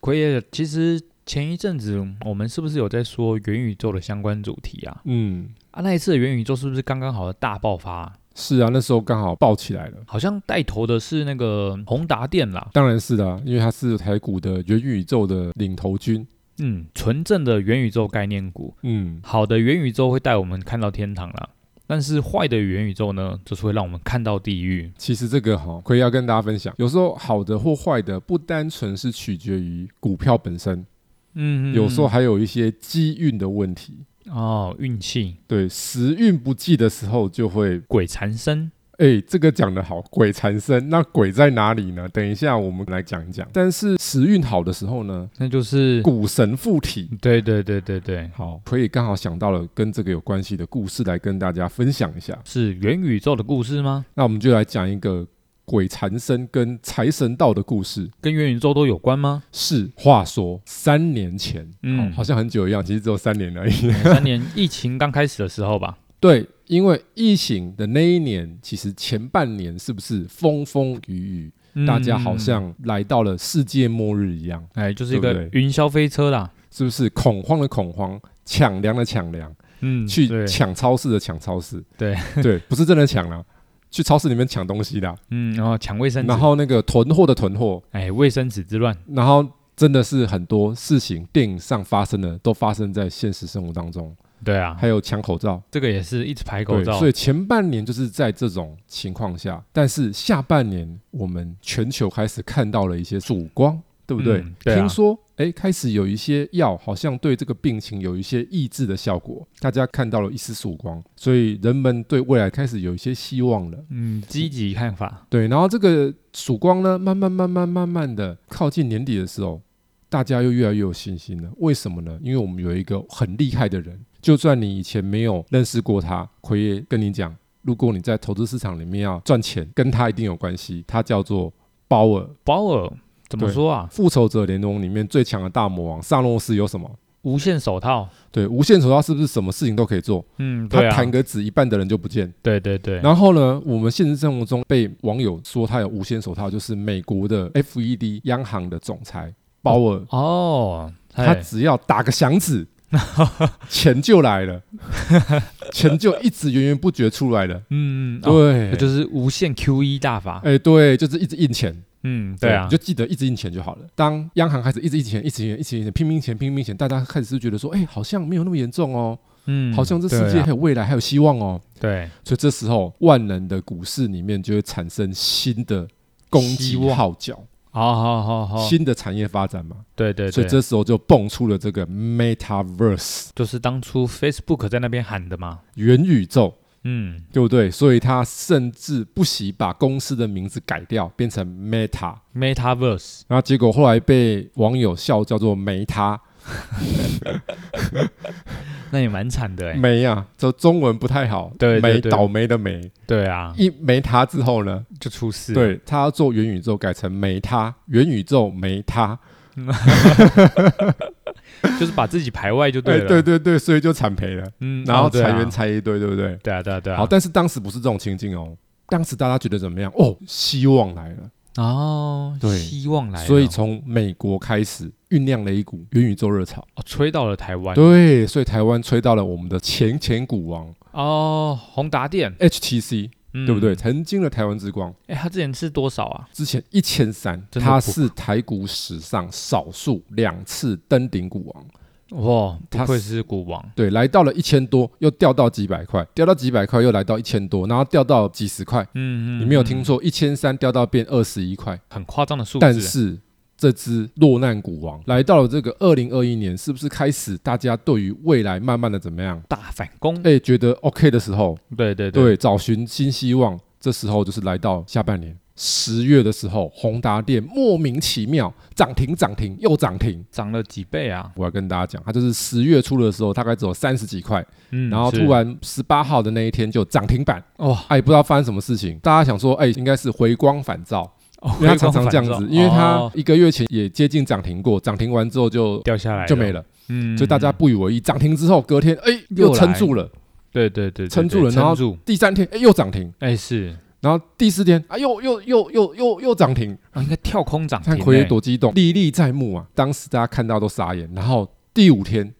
奎爷，其实前一阵子我们是不是有在说元宇宙的相关主题啊？嗯，啊，那一次的元宇宙是不是刚刚好的大爆发啊、是啊，那时候刚好爆起来了。好像带头的是那个宏达电啦，当然是的、啊，因为它是台股的元宇宙的领头军。嗯，纯正的元宇宙概念股。嗯，好的元宇宙会带我们看到天堂啦，但是坏的元宇宙呢，就是会让我们看到地狱。其实这个哈，可以要跟大家分享，有时候好的或坏的，不单纯是取决于股票本身，嗯，有时候还有一些机运的问题。哦，运气对，时运不济的时候，就会鬼缠身。哎，这个讲得好，鬼缠身。那鬼在哪里呢？等一下我们来讲一讲。但是时运好的时候呢，那就是股神附体。对对对对对，好，可以刚好想到了跟这个有关系的故事来跟大家分享一下。是元宇宙的故事吗？那我们就来讲一个鬼缠身跟财神道的故事。跟元宇宙都有关吗？是，话说三年前，嗯嗯，好像很久一样，其实只有三年而已。 三年疫情刚开始的时候吧。对，因为疫情的那一年，其实前半年是不是风风雨雨，嗯大家好像来到了世界末日一样，哎，就是一对个不云霄飞车啦。是不是恐慌的恐慌，抢粮的抢粮，嗯，对去抢超市的抢超市，对对，不是真的抢啦，去超市里面抢东西啦。嗯，然后抢卫生纸，然后那个囤货的囤货，哎，卫生纸之乱，然后真的是很多事情电影上发生的都发生在现实生活当中，对啊，还有抢口罩，这个也是一直排口对，罩，所以前半年就是在这种情况下，但是下半年我们全球开始看到了一些曙光，对不对？嗯对啊听说哎，开始有一些药好像对这个病情有一些抑制的效果，大家看到了一丝曙光，所以人们对未来开始有一些希望了。嗯，积极看法，对，然后这个曙光呢，慢慢慢慢慢慢的靠近年底的时候，大家又越来越有信心了。为什么呢？因为我们有一个很厉害的人，就算你以前没有认识过他，奎爷跟你讲，如果你在投资市场里面要赚钱，跟他一定有关系。他叫做鲍尔，《鲍尔怎么对说啊？复仇者联盟》里面最强的大魔王萨诺斯有什么？无限手套，对，无限手套是不是什么事情都可以做？嗯，对他啊，弹个指，一半的人就不见。对对对，然后呢，我们现实生活中被网友说他有无限手套，就是美国的 FED 央行的总裁鲍尔，哦，他哎只要打个响指， 钱就来了， 钱就一直源源不绝出来了。嗯，哦对，这就是无限 QE 大法，哎，对，就是一直印钱，嗯，对啊你就，记得一直印钱就好了。当央行开始一直印钱、一直印钱、一直印钱，拼命钱、拼命钱，大家开始是觉得说，哎，好像没有那么严重哦，嗯，好像这世对界啊还有未来，还有希望哦。对，所以这时候万能的股市里面就会产生新的攻希击望号角，好好好好，新的产业发展嘛。对对所对以，这时候就蹦出了这个 Metaverse 就是当初 Facebook 在那边喊的嘛，元宇宙，嗯，对不对？所以他甚至不惜把公司的名字改掉，变成 Meta。 Metaverse，然后结果后来被网友笑叫做梅他那也蛮惨的哎，梅啊，这中文不太好，对对梅对倒霉的梅。对啊，一梅他之后呢，就出事，，对他要做元宇宙，改成梅他元宇宙梅他。就是把自己排外就哎了，对对对，所以就惨赔了，嗯，然后哦对啊裁员裁一堆，对不对？对啊对啊对啊，好，但是当时不是这种情境哦，当时大家觉得怎么样？哦，希望来了，哦，对希望来了，所以从美国开始酝酿了一股元宇宙热潮，哦吹到了台湾，对，所以台湾吹到了我们的前前股王哦，宏达电， HTC，嗯对不对？？曾经的台湾之光，哎，它之前是多少啊？之前一千三，真的它不是台股史上少数两次登顶股王。哇，不它愧是股王，对，来到了一千多，又掉到几百块，掉到几百块，又来到一千多，然后掉到几十块，嗯嗯，你没有嗯听错，一千三掉到变二十一块，很夸张的数字，啊但是这只落难股王来到了这个二零二一年，是不是开始大家对于未来慢慢的怎么样？大反攻，哎、觉得 OK 的时候，对对对，找寻新希望，这时候就是来到下半年十月的时候，宏达电莫名其妙涨停涨停又涨停。涨了几倍啊，我要跟大家讲，它就是十月初的时候，大概只有三十几块，嗯，然后是突然十八号的那一天就涨停板，哇，哎，不知道发生什么事情，大家想说，哎，应该是回光返照，哦因为它常常这样回光返照子，因为它哦一个月前也接近涨停过，涨停完之后就掉下来就没了，了，嗯，所以大家不以为意。涨停之后隔天，哎，又又来撑住了，对对对对撑住了对然后撑住，第三天，哎，又涨停，哎是，然后第四天啊，又又又又又又涨停，啊，应该跳空涨停、看欸，奎爷多激动，历历在目啊！当时大家看到都傻眼，然后第五天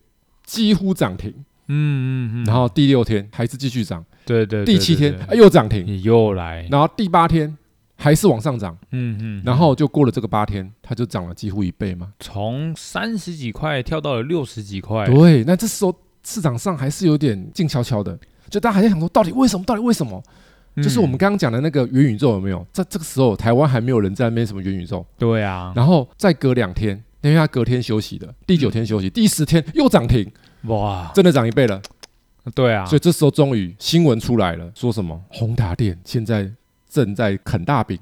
几乎涨停，嗯嗯嗯，然后第六天还是继续涨，对对第七天对对嗯啊又涨停，你又来，然后第八天还是往上涨，嗯嗯，然后就过了这个八天，它就涨了几乎一倍嘛。从三十几块跳到了六十几块，对，那这时候市场上还是有点静悄悄的，就大家还在想说，到底为什么？到底为什么？嗯就是我们刚刚讲的那个元宇宙有没有？在这个时候，台湾还没有人在那边什么元宇宙，对啊，然后再隔两天，因为它隔天休息的，第九天休息，第十天又涨停，哇，真的涨一倍了。对嗯啊所，以这时候终于新闻出来了，说什么宏达电现在正在啃大饼，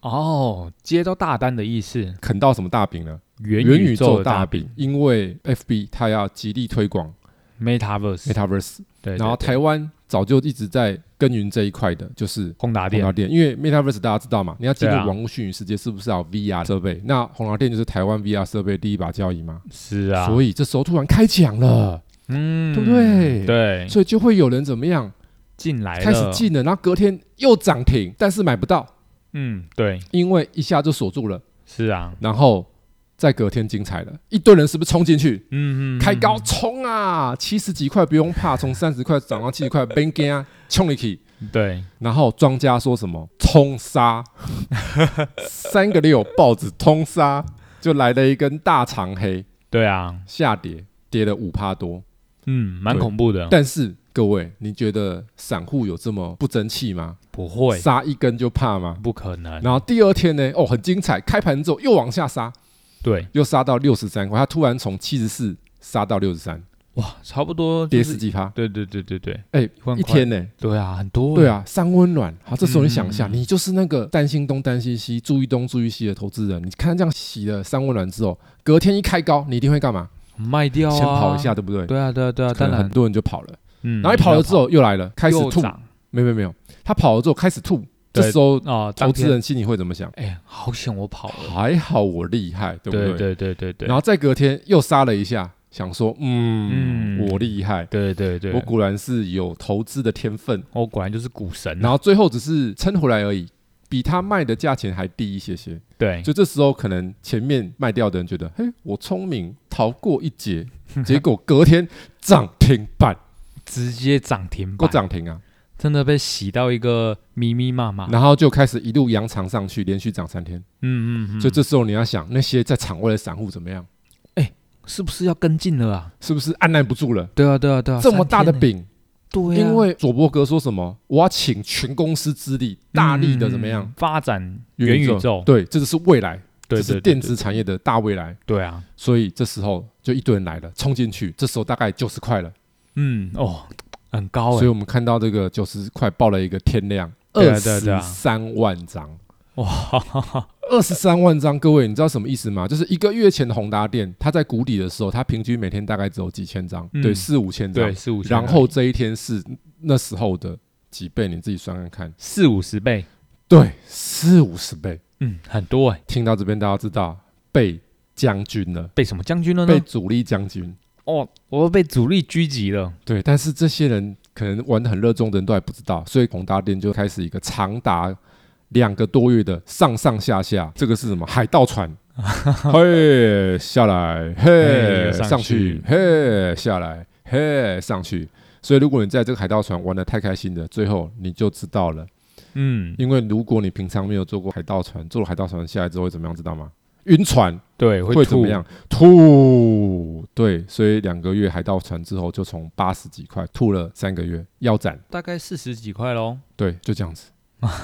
哦，接到大单的意思，啃到什么大饼呢？元宇宙的大元宇宙大饼，因为 FB 它要极力推广 Metaverse， Metaverse，对，哎然后对对台湾早就一直在耕耘这一块的，就是宏达宏电达，电，因为 Metaverse 大家知道嘛，你要进入对啊网络虚拟世界，是不是要有 VR 设备？那宏达电就是台湾 VR 设备第一把交椅嘛，是啊，所以这时候突然开讲了，嗯，对不对对，所以就会有人怎么样进来了开始，进了，然后隔天又涨停，但是买不到，嗯，对，因为一下就锁住了，是啊，然后再隔天精彩了，一堆人是不是冲进去？嗯嗯，开高嗯冲啊，七十几块不用怕，从三十块涨到七十块 b a n g 啊，冲你去！嗯对，然后庄家说什么冲杀， 三个六豹子通杀，就来了一根大长黑对啊，下跌，跌了五趴多。嗯，蛮对恐怖的，但是各位，你觉得散户有这么不争气吗？不会，杀一根就怕吗？不可能，然后第二天呢？哦，很精彩，开盘之后又往下杀，对，又杀到六十三块，它突然从七十四杀到六十三，哇，差不多跌就是十几趴，对对对对对，哎，万一块天呢、对啊，很多，对，啊，三温暖。好，这时候你想一下，嗯嗯嗯你就是那个担心东担心西，注意东注意西的投资人。你看这样洗了三温暖之后，隔天一开高，你一定会干嘛？卖掉啊，先跑一下，，对不对？对啊对啊对啊，可当能很然，多人就跑了，嗯，然后一跑了之后又来了，开又始涨吐。没有没有没有，他跑了之后开始吐，对这时候啊，投资当天，人心里会怎么想？哎，好险我跑了，还好我厉害， 对不对对对对对，然后再隔天又杀了一下，想说，嗯，嗯我厉害，对对对，我果然是有投资的天分。我果然就是股神啊，然后最后只是撑回来而已，比他卖的价钱还低一些些。对，就这时候，可能前面卖掉的人觉得，嘿，我聪明，逃过一劫， 结果隔天涨停板，直接涨停够板，涨停啊！真的被洗到一个咪咪骂骂，然后就开始一路扬长上去，连续涨三天。嗯嗯嗯，所以这时候你要想，那些在场外的散户怎么样？是不是要跟进了啊？是不是按耐不住了？对啊对啊对啊，这么大的三天呢，饼，对啊，因为佐伯格说什么，我要请全公司之力，大力的怎嗯么嗯样嗯？发展元宇宙？对，这就是未来，对对这是对，电对子产业的大未来。对啊，所以这时候就一堆人来了，冲进去。这时候大概九十块了，嗯哦，很高所以哎，我们看到这个九十块爆了一个天量，对二啊对啊对十啊三万张， 哇，二十三万张。各位，你知道什么意思吗？就是一个月前的宏达电，它在谷底的时候，它平均每天大概只有几千张，嗯对，四五千张对，。四五千而已，然后这一天是那时候的几倍，你自己算算看。四五十倍，对，四五十倍。嗯，很多哎，听到这边，大家知道被将军了，被什么将军了被呢？主力将军。哦，我又被主力狙击了，对，但是这些人可能玩的很热衷的人都还不知道，所以宏达电就开始一个长达两个多月的上上下下，这个是什么海 盗船？嘿，下来，嘿嘿，上上去去，嘿，下来，嘿，上去。所以，如果你在这个海盗船玩的太开心了，最后你就知道了。嗯，因为如果你平常没有坐过海盗船，坐了海盗船下来之后会怎么样，知道吗？晕船对，会怎吐么样？吐。对，所以两个月海盗船之后，就从八十几块吐了三个月，腰斩。大概四十几块喽，对，就这 样子，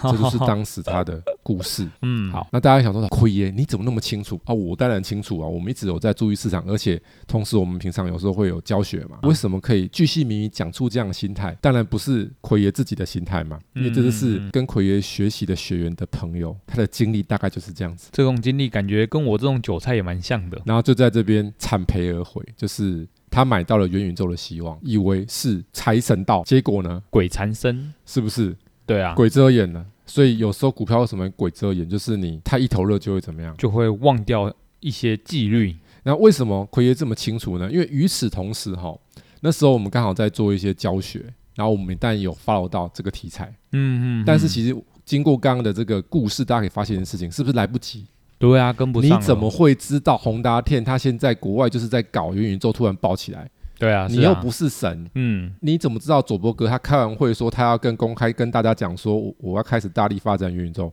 这就是当时他的故事。嗯，好，，那大家想说，奎爷你怎么那么清楚啊？我当然清楚啊，我们一直有在注意市场，而且同时我们平常有时候会有教学嗯嘛。为什么可以巨细靡遗讲出这样的心态？当然不是奎爷自己的心态嘛，因为这就是嗯嗯嗯跟奎爷学习的学员的朋友，他的经历大概就是这样子。这种经历感觉跟我这种韭菜也蛮像的，然后就在这边惨赔而回，就是他买到了元宇宙的希望，以为是财神到，结果呢，鬼缠身，是不是对啊，鬼遮眼了？所以有时候股票为什么鬼遮眼，就是你太一头热就会怎么样？就会忘掉一些纪律，那为什么奎爷这么清楚呢？因为与此同时哈，那时候我们刚好在做一些教学，然后我们但有 follow 到这个题材，嗯嗯，但是嗯其实经过刚刚的这个故事，大家可以发现一件事情，是不是来不及？对啊，跟不上你了。怎么会知道宏达电它现在国外就是在搞元宇宙突然爆起来？对啊？你是啊又不是神，嗯，你怎么知道佐伯格他开完会说他要跟公开跟大家讲说我我要开始大力发展元宇宙？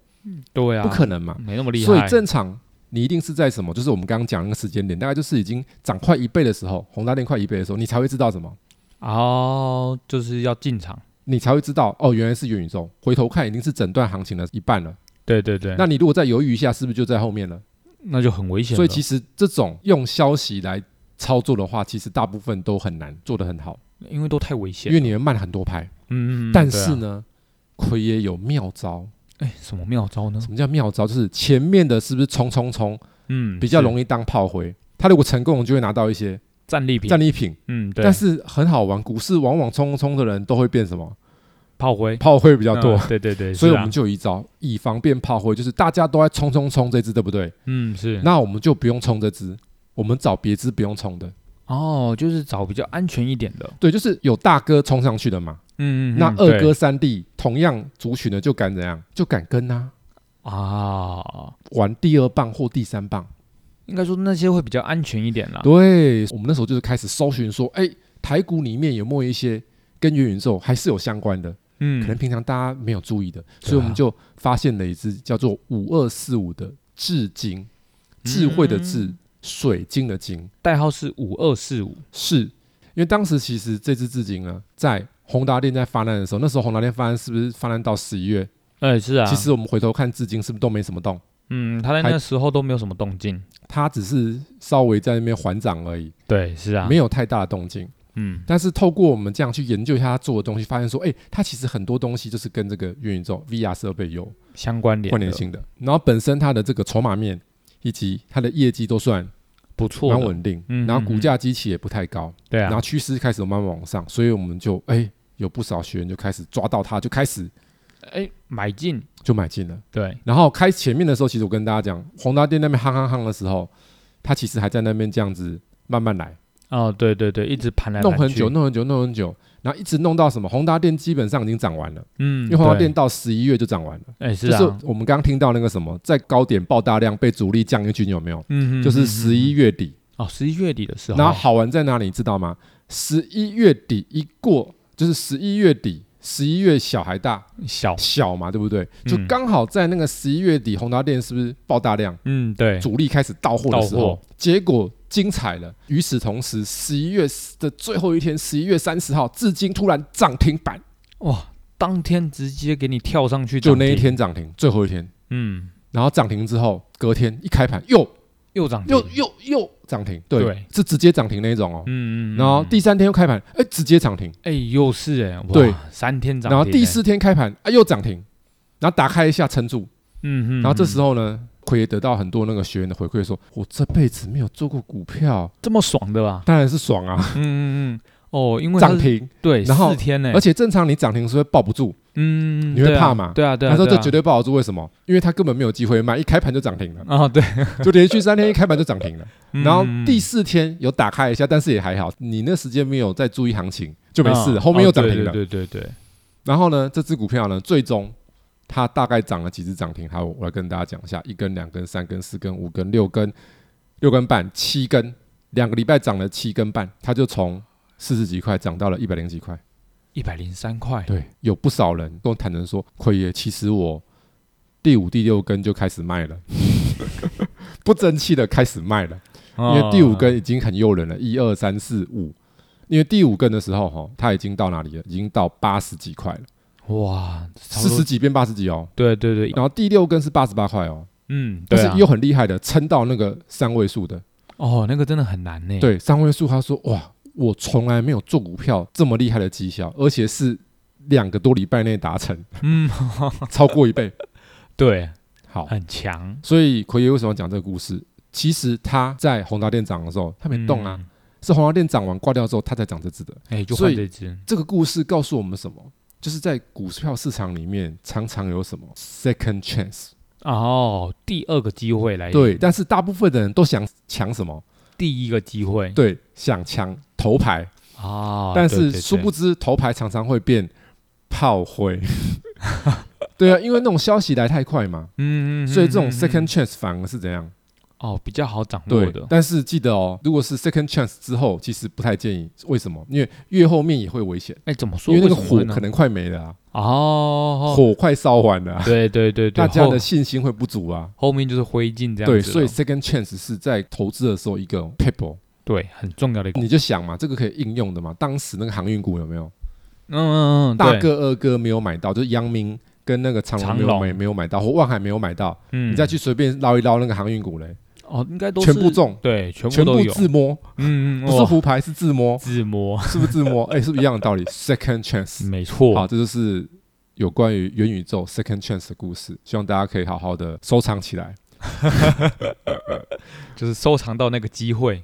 对啊，不可能嘛！没那么厉害。所以正常你一定是在什么？就是我们刚刚讲那个时间点，大概就是已经涨快一倍的时候，宏达电快一倍的时候，你才会知道什么？哦，就是要进场。你才会知道哦，原来是元宇宙。回头看已经是整段行情的一半了。对对对，那你如果再犹豫一下，是不是就在后面了？那就很危险了。所以其实这种用消息来操作的话，其实大部分都很难做得很好，因为都太危险因了。为你们慢很多拍。嗯嗯嗯。但对啊是，呢，奎爷有妙招。哎，什么妙招呢什？么叫妙招？就是前面的是不是冲冲冲嗯，比较易容易当炮灰？他如果成功，就会拿到一些战利品。战利品。嗯，对。但是很好玩，股市往往冲冲冲的人都会变什么？炮灰比炮灰比较多。对对对，所嗯以是我啊们就有一招，以防变炮灰，就是大家都在冲冲冲这只，对不对？嗯是那我们就不用冲这只，我们找别只不用冲的。哦，就是找比较安全一点的。对，就是有大哥冲上去的嘛。嗯嗯嗯。那二对哥三弟同样族群的就敢怎样？就敢跟啊，啊，玩第二棒或第三棒。应该说那些会比较安全一点啦。对，我们那时候就是开始搜寻说，哎，台股里面有没有一些跟元宇宙还是有相关的，嗯啊可能平常大家没有注意的，所以我们就发现了一只叫做五二四五的智金，智慧的智，嗯水晶的晶，代号是五二四五。是因为当时其实这只智金呢，在宏达电在发难的时候，那时候宏达电发难是不是发难到十一月？哎，是啊。其，实我们回头看智金是不是都没什么动，嗯，他在那时候都没有什么动静。它只是稍微在那边缓涨而已，对，是啊。没有，有太大的动静。嗯，但是透过我们这样去研究一下他做的东西，发现说，哎、他其实很多东西就是跟这个元宇宙 VR 设备有相关联关联的性的。然后本身它的这个筹码面以及它的业绩都算不错蛮的。稳定，嗯然后嗯股嗯价基期也不太高，对然啊后。趋势开始慢慢往上，所以我们就哎、有不少学员就开始抓到它，就开始哎，买进。就买进了。对，然后开前面的时候，其实我跟大家讲，宏达店那边夯夯夯的时候，它其实还在那边这样子慢慢来。哦，对对对，一直盘来弄盘很去久，，弄很久，弄很久，然后一直弄到什么？宏达电基本上已经涨完了，嗯，因为宏达对电，到十一月就涨完了，哎，是就啊，是我们刚刚听到那个什么，在高点爆大量被主力降一军有没有？嗯，就是嗯十一月底，哦，十一月底的时候，然后好玩在哪里？知道吗？十一月底一过，就是十一月底，十一月小孩大小，小嘛，对不对？就嗯刚好在那个十一月底，宏达电是不是爆大量？嗯，对，主力开始到货的时到候货，结果精彩了。与此同时，十一月的最后一天，十一月三十号，至今突然涨停板，哇，当天直接给你跳上去，就那一，天涨停，最后一天。嗯，然后涨停之后，隔天一开盘又又涨停，又又又涨停，对嗯对，是直接涨停那一种哦。嗯，嗯嗯，然后第三天又开盘，哎，直接涨停。哎又是哎，哇对，三天涨停，然后第哎，四天开盘，啊又涨停，然后打开一下撑住，嗯嗯，然后这时候候呢，奎爷得到很多那个学员的回馈，说我这辈子没有做过股票，这么爽的吧，当然是爽啊，嗯嗯嗯，哦，因为它涨是，哎停。对，然后四天呢而，且正常你涨停是会抱不住，嗯，你会对啊怕嘛对啊，对啊，他说对这啊，绝对抱得住，为什么？因为他根本没有机会卖，一开盘就涨停了 啊，对，就连续三天一开盘就涨停了。嗯然后嗯第嗯四天有打开一下，但是也还好，你那时间没有再注意行情就没事了，啊后面又哦涨对停了。对对对对，然后呢，这只股票呢，最终它大概涨了几只涨停？还有我来跟大家讲一下：一根、两根、三根、四根、五根、六根、六根半、七根，两个礼拜涨了七根半，它就从四十几块涨到了一百零几块。一百零三块，对，有不少人跟我坦诚说，奎爷，其实我第五、第六根就开始卖了， 不争气的开始卖了，因因为第五根已经很诱人了，一二三四五。因为第五根的时候，哈，它已经到哪里了？已经到八十几块了，哇，差不四多十，几变八十几哦。对对对，然后第六根是八十八块哦，嗯，但对啊是又很厉害的，撑到那个三位数的。哦，那个真的很难呢。对，三位数，他说哇，我从来没有做股票这么厉害的绩效，而且是两个多礼拜内 达成，嗯，超过一倍。对，好，很强，所以奎爷为什么要讲这个故事？其实他在宏达电涨的时候，他他没动啊，，是宏达电涨完挂掉之后，他才涨这只的。嗯哎，就所换以这只，这个故事告诉我们什么？就是在股票市场里面，常常有什么 second chance，哦，第二个机会来，，对，但是大部分的人都想抢什么？第一个机会，对，想抢头牌，啊，但对 是殊不，知头牌常常会变炮灰。对啊，因为那种消息来太快嘛，嗯嗯，所以这种嗯 second 嗯 chance 反而是怎样？哦比较好掌握对的，，但是记得哦，如果是 second chance 之后，其实不太建议。为什么？因为越后面也会危险，哎，怎么说？因为那个什么火会呢可能快没了啊，哦，火快烧完了啊、对对对对，大家后的信心会不足啊。后面就是灰烬这样子了。哦对，所以 second chance 是在投资的时候一个 people，对很重要的一个，你就想嘛，这个可以应用的嘛。当时那个航运股有没有？嗯嗯嗯，大对，哥、二哥没有买到，就是阳明跟那个长隆长没有买，隆没有买到，或万海没有买到。嗯，你再去随便捞一捞那个航运股嘞，哦，应该都全是部，中，对，全全部都部有，自摸，嗯嗯，不是哇胡牌是自摸，自摸，是不是自 摸？哎，是不是一样的道理？Second chance，没错，好，这就是有关于元宇宙 Second chance 的故事，希望大家可以好好的收藏起来。就是收藏到那个机会。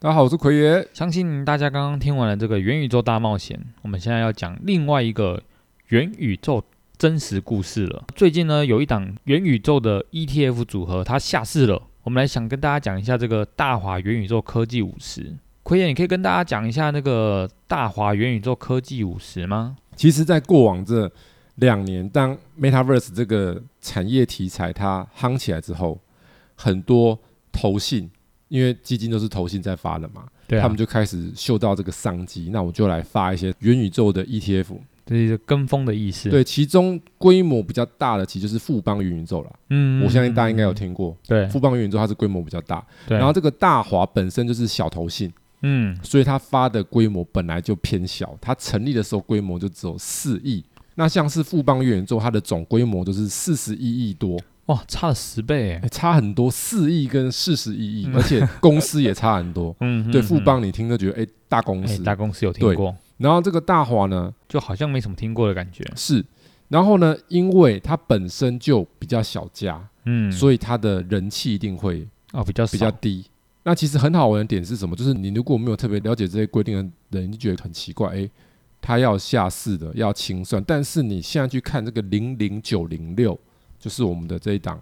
大家好，我是奎爷。相信大家刚刚听完了这个元宇宙大冒险，我们现在要讲另外一个元宇宙真实故事了。最近呢，有一档元宇宙的 ETF 组合，它下市了。我们来想跟大家讲一下这个大华元宇宙科技五十。奎爷，你可以跟大家讲一下那个大华元宇宙科技五十吗？其实，在过往这两年，当 Metaverse 这个产业题材它夯起来之后，很多投信，因为基金都是投信在发的嘛，对啊他们就开始嗅到这个商机，那我就来发一些元宇宙的 ETF。这是跟风的意思。，对，其中规模比较大的其实就是富邦元宇宙了，嗯我相信大家应该有。听过。对，富邦元宇宙它是规模比较大，对，然后这个大华本身就是小投信，嗯，所以它发的规模本来就偏小，它成立的时候规模就只有四亿。那像是富邦元宇宙，它的总规模就是四十一亿多、哇，差了十倍哎哎。差很多，四亿跟四十一亿，嗯。而且公司也差很多 嗯，对嗯富嗯邦，你听就觉得哎、大公哎司，大公司有听对过，然后这个大华呢就好像没什么听过的感觉。是，然后呢，因为它本身就比较小家，嗯，所以它的人气一定会哦比较比较少低。那其实很好玩的点是什么？就是你如果没有特别了解这些规定的人，你就觉得很奇怪，诶，它要下市的，要清算。但是你现在去看这个零零九零六，就是我们的这一档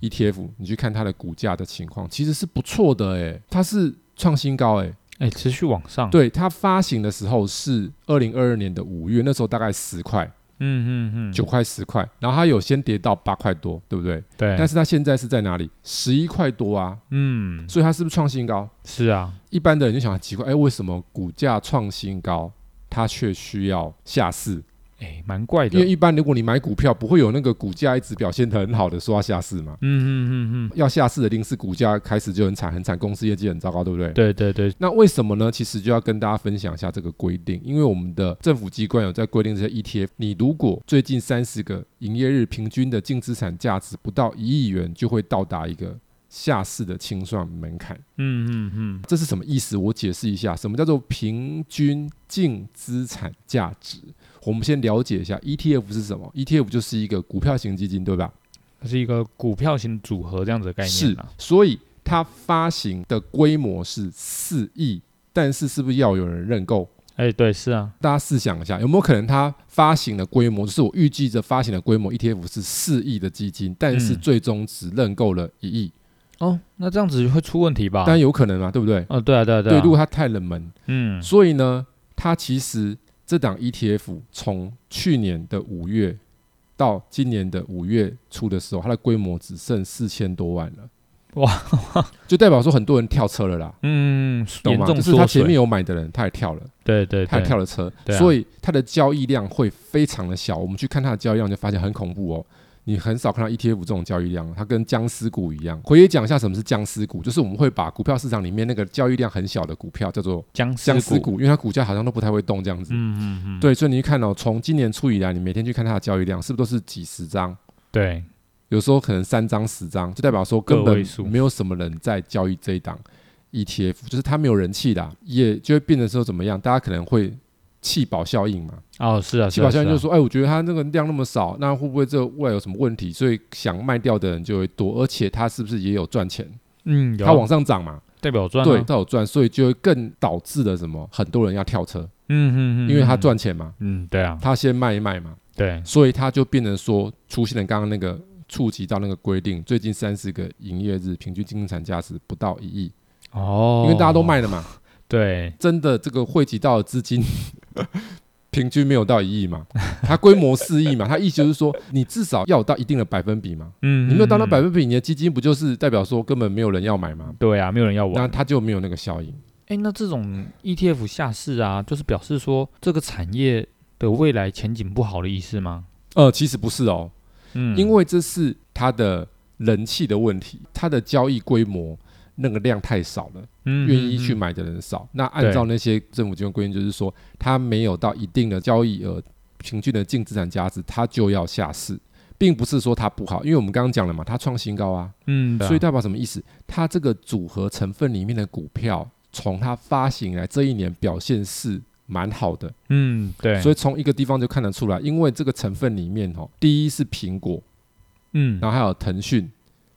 ETF，你去看它的股价的情况，其实是不错的，诶，它是创新高，诶。哎持续往上。，对，它发行的时候是二零二二年的五月，那时候大概十块、嗯嗯嗯，九块、十块，然后它有先跌到八块多，对不对？对，但是它现在是在哪里？十一块多啊，嗯所以它是不是创新高？是啊，一般的人就想很奇怪，哎，为什么股价创新高，它却需要下市？哎蛮怪因的。为一般如果你买股票，不会有那个股价一直表现得很好的说要下市嘛。嗯嗯嗯嗯，要下市的一定是股价开始就很惨很惨，公司业绩很糟糕，对不对？对对对，那为什么呢？其实就要跟大家分享一下这个规定，因为我们的政府机关有在规定这些 ETF，你如果最近三十个营业日平均的净资产价值不到一亿元，就会到达一个下市的清算门槛。嗯嗯嗯，这是什么意思？我解释一下，什么叫做平均净资产价值？我们先了解一下 ETF 是什么？ETF 就是一个股票型基金，对吧？它是一个股票型组合这样子的概念是啊。，所以它发行的规模是四亿，但是是不是要有人认购？哎对是啊，大家试想一下，有没有可能它发行的规模，就是我预计着发行的规模 ETF 是四亿的基金，但是嗯最终只认购了一亿？哦那这样子会出问题吧当？然有可能啊，对不对？哦对啊对啊对，啊如果它太冷门，嗯所以呢，它其实这档 E ETF 从去年的五月到今年的五月初的时候，它的规模只剩四千多万了，哇， 就代表说很多人跳车了啦，嗯懂严吗？重就是他缩前面水，有买的人，他也跳了，对对他也对，跳了车，对啊所以它的交易量会非常的小。我们去看它的交易量，就发现很恐怖哦。你很少看到 ETF 这种交易量，它跟僵尸股一样。回也讲一下什么是僵尸股，就是我们会把股票市场里面那个交易量很小的股票叫做僵尸僵尸，股，因为它股价好像都不太会动这样子。嗯嗯嗯，对，所以你去看哦，从今年初以来，你每天去看它的交易量，是不是都是几十张？对有时候可能三张、十张，就代表说根个本位数没有什么人在交易这一档 ETF，就是它没有人气啦，也就会变成说怎么样，大家可能会弃保效应嘛。哦，是啊，弃是保啊，效应是啊就是说，哎，我觉得它那个量那么少，那会不会这未来有什么问题？所以想卖掉的人就会多，而且它是不是也有赚钱？嗯，有它往上涨嘛，代表赚、啊，啊对，它有赚，所以就会更导致了什么？很多人要跳车，嗯嗯嗯，因为它赚钱嘛，嗯，嗯，对啊，它先卖一卖嘛，对，所以它就变成说出现了刚刚那个触及到那个规定，最近三十个营业日平均净资产价值不到一亿，哦，因为大家都，卖了嘛，对，真的这个汇集到的资金 平均没有到一亿嘛，它规模四亿嘛，它意思就是说你至少要有到一定的百分比嘛，嗯，你没有到那嗯百，分比，你的基金不就是代表说根本没有人要买嘛嗯，对啊，没有人要玩。那它就没有那个效应。哎，那这种 ETF 下市啊，就是表示说这个产业的未来前景不好的意思吗？呃，其实不是哦，嗯，因为这是它的人气的问题，它的交易规模那个量太少了。愿愿意去，买的人嗯少。那按照那些政府机关规定，就是说他没有到一定的交易额、平均的净资产价值，他就要下市，并不是说它不好，因为我们刚刚讲了嘛，它创新高啊，嗯，嗯对啊所以代表什么意思？它这个组合成分里面的股票，从它发行以来这一年表现是。蛮好的，嗯，对，所以，以从一个地方就看得出来，因为这个成分里面哦，第一是苹果，嗯，然后还有腾讯、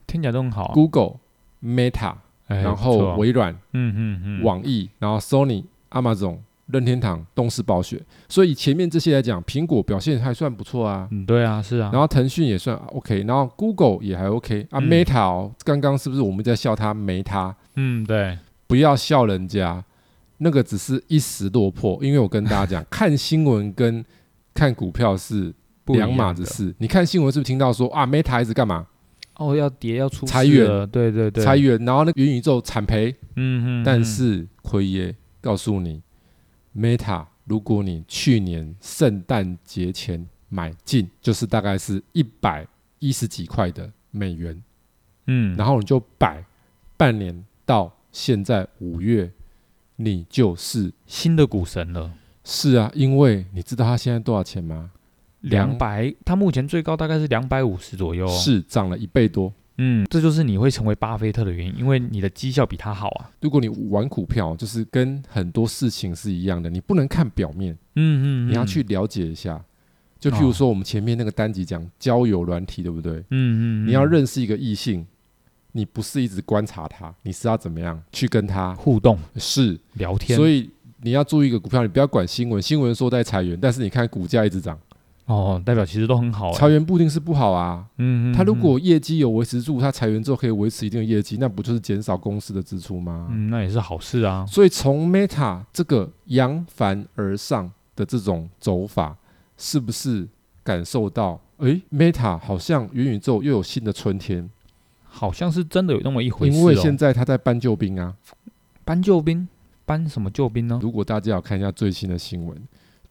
听起来都很好啊， Google、Meta，哎不错然后啊微软，嗯嗯嗯，网易，然后 Sony、Amazon、任天堂、动视暴雪。所以前面这些来讲，苹果表现还算不错啊，嗯，对啊，是啊，然后腾讯也算 OK，然后 Google 也还 OK 啊。嗯 Meta 哦刚刚是不是我们在笑它没它？嗯，对，不要笑人家，那个只是一时落魄。因为我跟大 家讲，看新闻跟看股票是不一两码样子的事。你看新闻是不是听到说啊，Meta 一直干嘛哦，要跌要出裁事员了对对对，裁，员，然后那个元宇宙惨赔，嗯嗯，但嗯是奎爷告诉你，Meta，如果你去年圣诞节前买进，就是大概是一百一十几块的美元，嗯，然后你就摆半年到现在五月，你就是新的股神了，是啊，因为你知道它现在多少钱吗？两百，它目前最高大概是两百五十左右，，哦是涨了一倍多。嗯，这就是你会成为巴菲特的原因，因为你的绩效比他好啊，如果你玩股票，就是跟很多事情是一样的，你不能看表面。嗯嗯，你要嗯哦去，了解一下。就譬如说，我们前面那个单集讲交友软体，对不对？嗯嗯，你要嗯认识一个异性，你不是一直观察他，你是要怎么样去跟他互动是？聊天，所以以你要注意一个股票，你不要管新闻，新闻说在裁员，但是你看股价一直涨，哦，代表其实都很好欸，裁员不一定是不好啊。嗯，嗯他如嗯果业绩有维持住，他裁员之后可以维持一定的业绩，那不就是减少公司的支出吗？嗯，那也是好事啊。所以从 Meta 这个扬帆而上的这种走法，是不是感受到？诶 m e t a 好像元宇宙又有新的春天，好像是真的有那么一回事、哦。因为现在他在搬救兵啊。搬救兵，搬什么救兵呢？如果大家有看一下最新的新闻，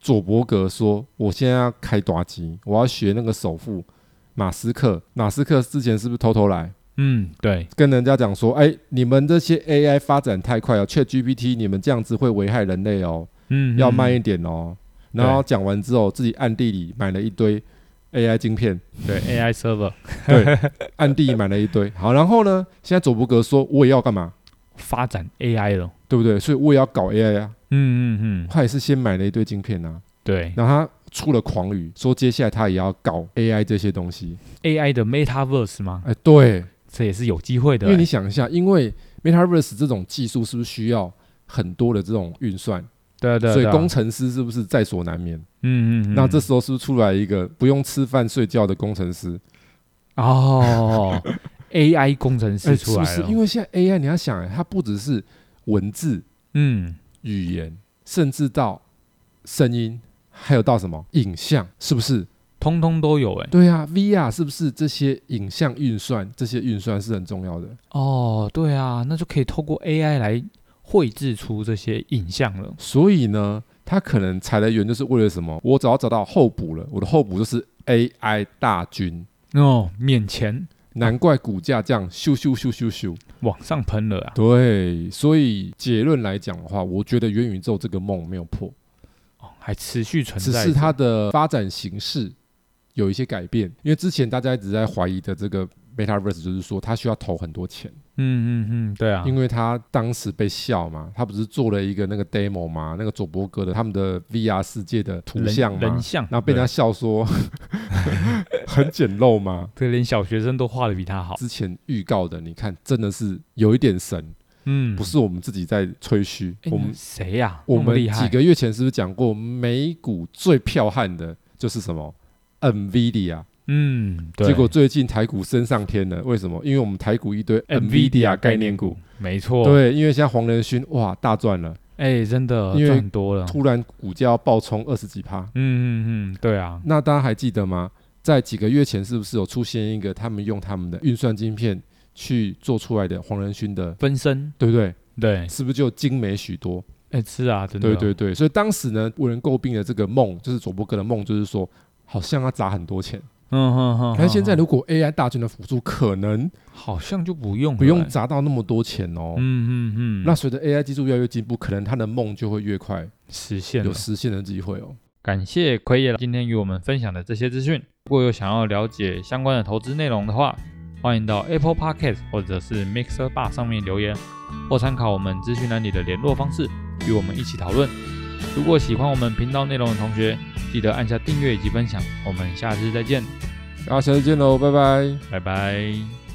佐伯格说：“我现在要开打机，我要学那个首富马斯克。马斯克之前是不是偷偷来嗯，对，跟人家讲说：‘哎，你们这些 AI 发展太快了，ChatGPT 你们这样子会危害人类哦。’嗯，要嗯慢一，点哦。然后讲完之后，自己暗地里买了一堆 AI 晶片，对 AI server 暗地里买了一堆。 好，然后呢，现在佐伯格说我也要干嘛，发展 AI 了。对不对？所以我也要搞 AI 啊。嗯嗯嗯，他也是先买了一堆晶片啊，对然后他出了狂语，说接下来他也要搞 AI 这些东西。 AI 的 MetaVerse 吗？哎，对，这也是有机会的因欸、为你想一下，因为 MetaVerse 这种技术是不是需要很多的这种运算？对啊对啊所以对啊工程师是不是在所难免？嗯嗯嗯，那这时候是不是出来一个不用吃饭睡觉的工程师？ 哦 AI 工程哎师出来了，哦是不是？因为现在 AI 你要想，它不只是文字、嗯语言，甚至到声音，还有到什么影像，是不是？通通都有哎、对啊，VR 是不是这些影像运算，这些运算是很重要的？哦，对啊，那就可以透过 AI 来绘制出这些影像了。所以呢，它可能裁的员就是为了什么？我只要找到候补了，我的候补就是 AI 大军。哦，免钱难怪股价这样咻咻咻咻咻。往上喷了啊！对，所以结论来讲的话，我觉得元宇宙这个梦没有破。哦，还持续存只在着，是它的发展形式有一些改变，因为之前大家一直在怀疑的这个 MetaVerse 就是说他需要投很多钱，嗯嗯嗯，对啊，因为他当时被笑嘛，他不是做了一个那个 demo 嘛，那个佐伯格的他们的 VR 世界的图人像嘛人，像，然后被人家对 笑说很简陋嘛。这个连小学生都画的比他好，之前预告的，你看真的是有一点神，嗯，不是哎啊我们自己在吹嘘，诶，我我们们谁呀？我那么们厉害几个月前是不是讲过，美股最彪悍的就是什么 NVIDIA？嗯，对结果最近台股升上天了，为什么？因为我们台股一堆 NVIDIA 概念股。，啊没错，，对，因为现在黄仁勋哇大赚了，哎，真的因为赚很多了，突然股价要暴冲二十几趴。嗯嗯嗯，对啊，那大家还记得吗？在几个月前是不是有出现一个他们用他们的运算晶片去做出来的黄仁勋的，分身，对不对？对，是不是就精美许多？哎，是啊，真的，对对对，所以当时呢，为人诟病的这个梦，就是佐伯格的梦，就是说好像要砸很多钱。嗯哼哼，但是现在哼如果 AI 大军的辅助，可能好像就不用了不用哎砸到那么多钱哦。嗯嗯嗯，那随着 AI 技术越来越进步，可能他的梦就会越快实现了有。实现的机会哦。感谢奎爷今天与我们分享的这些资讯。如果有想要了解相关的投资内容的话，欢迎到 Apple Podcast 或者是 Mixer Bar 上面留言，或参考我们资讯栏里的联络方式，与我们一起讨论。如果喜欢我们频道内容的同学，记得按下订阅以及分享。我们下次再见，那下次见喽，拜拜。拜拜。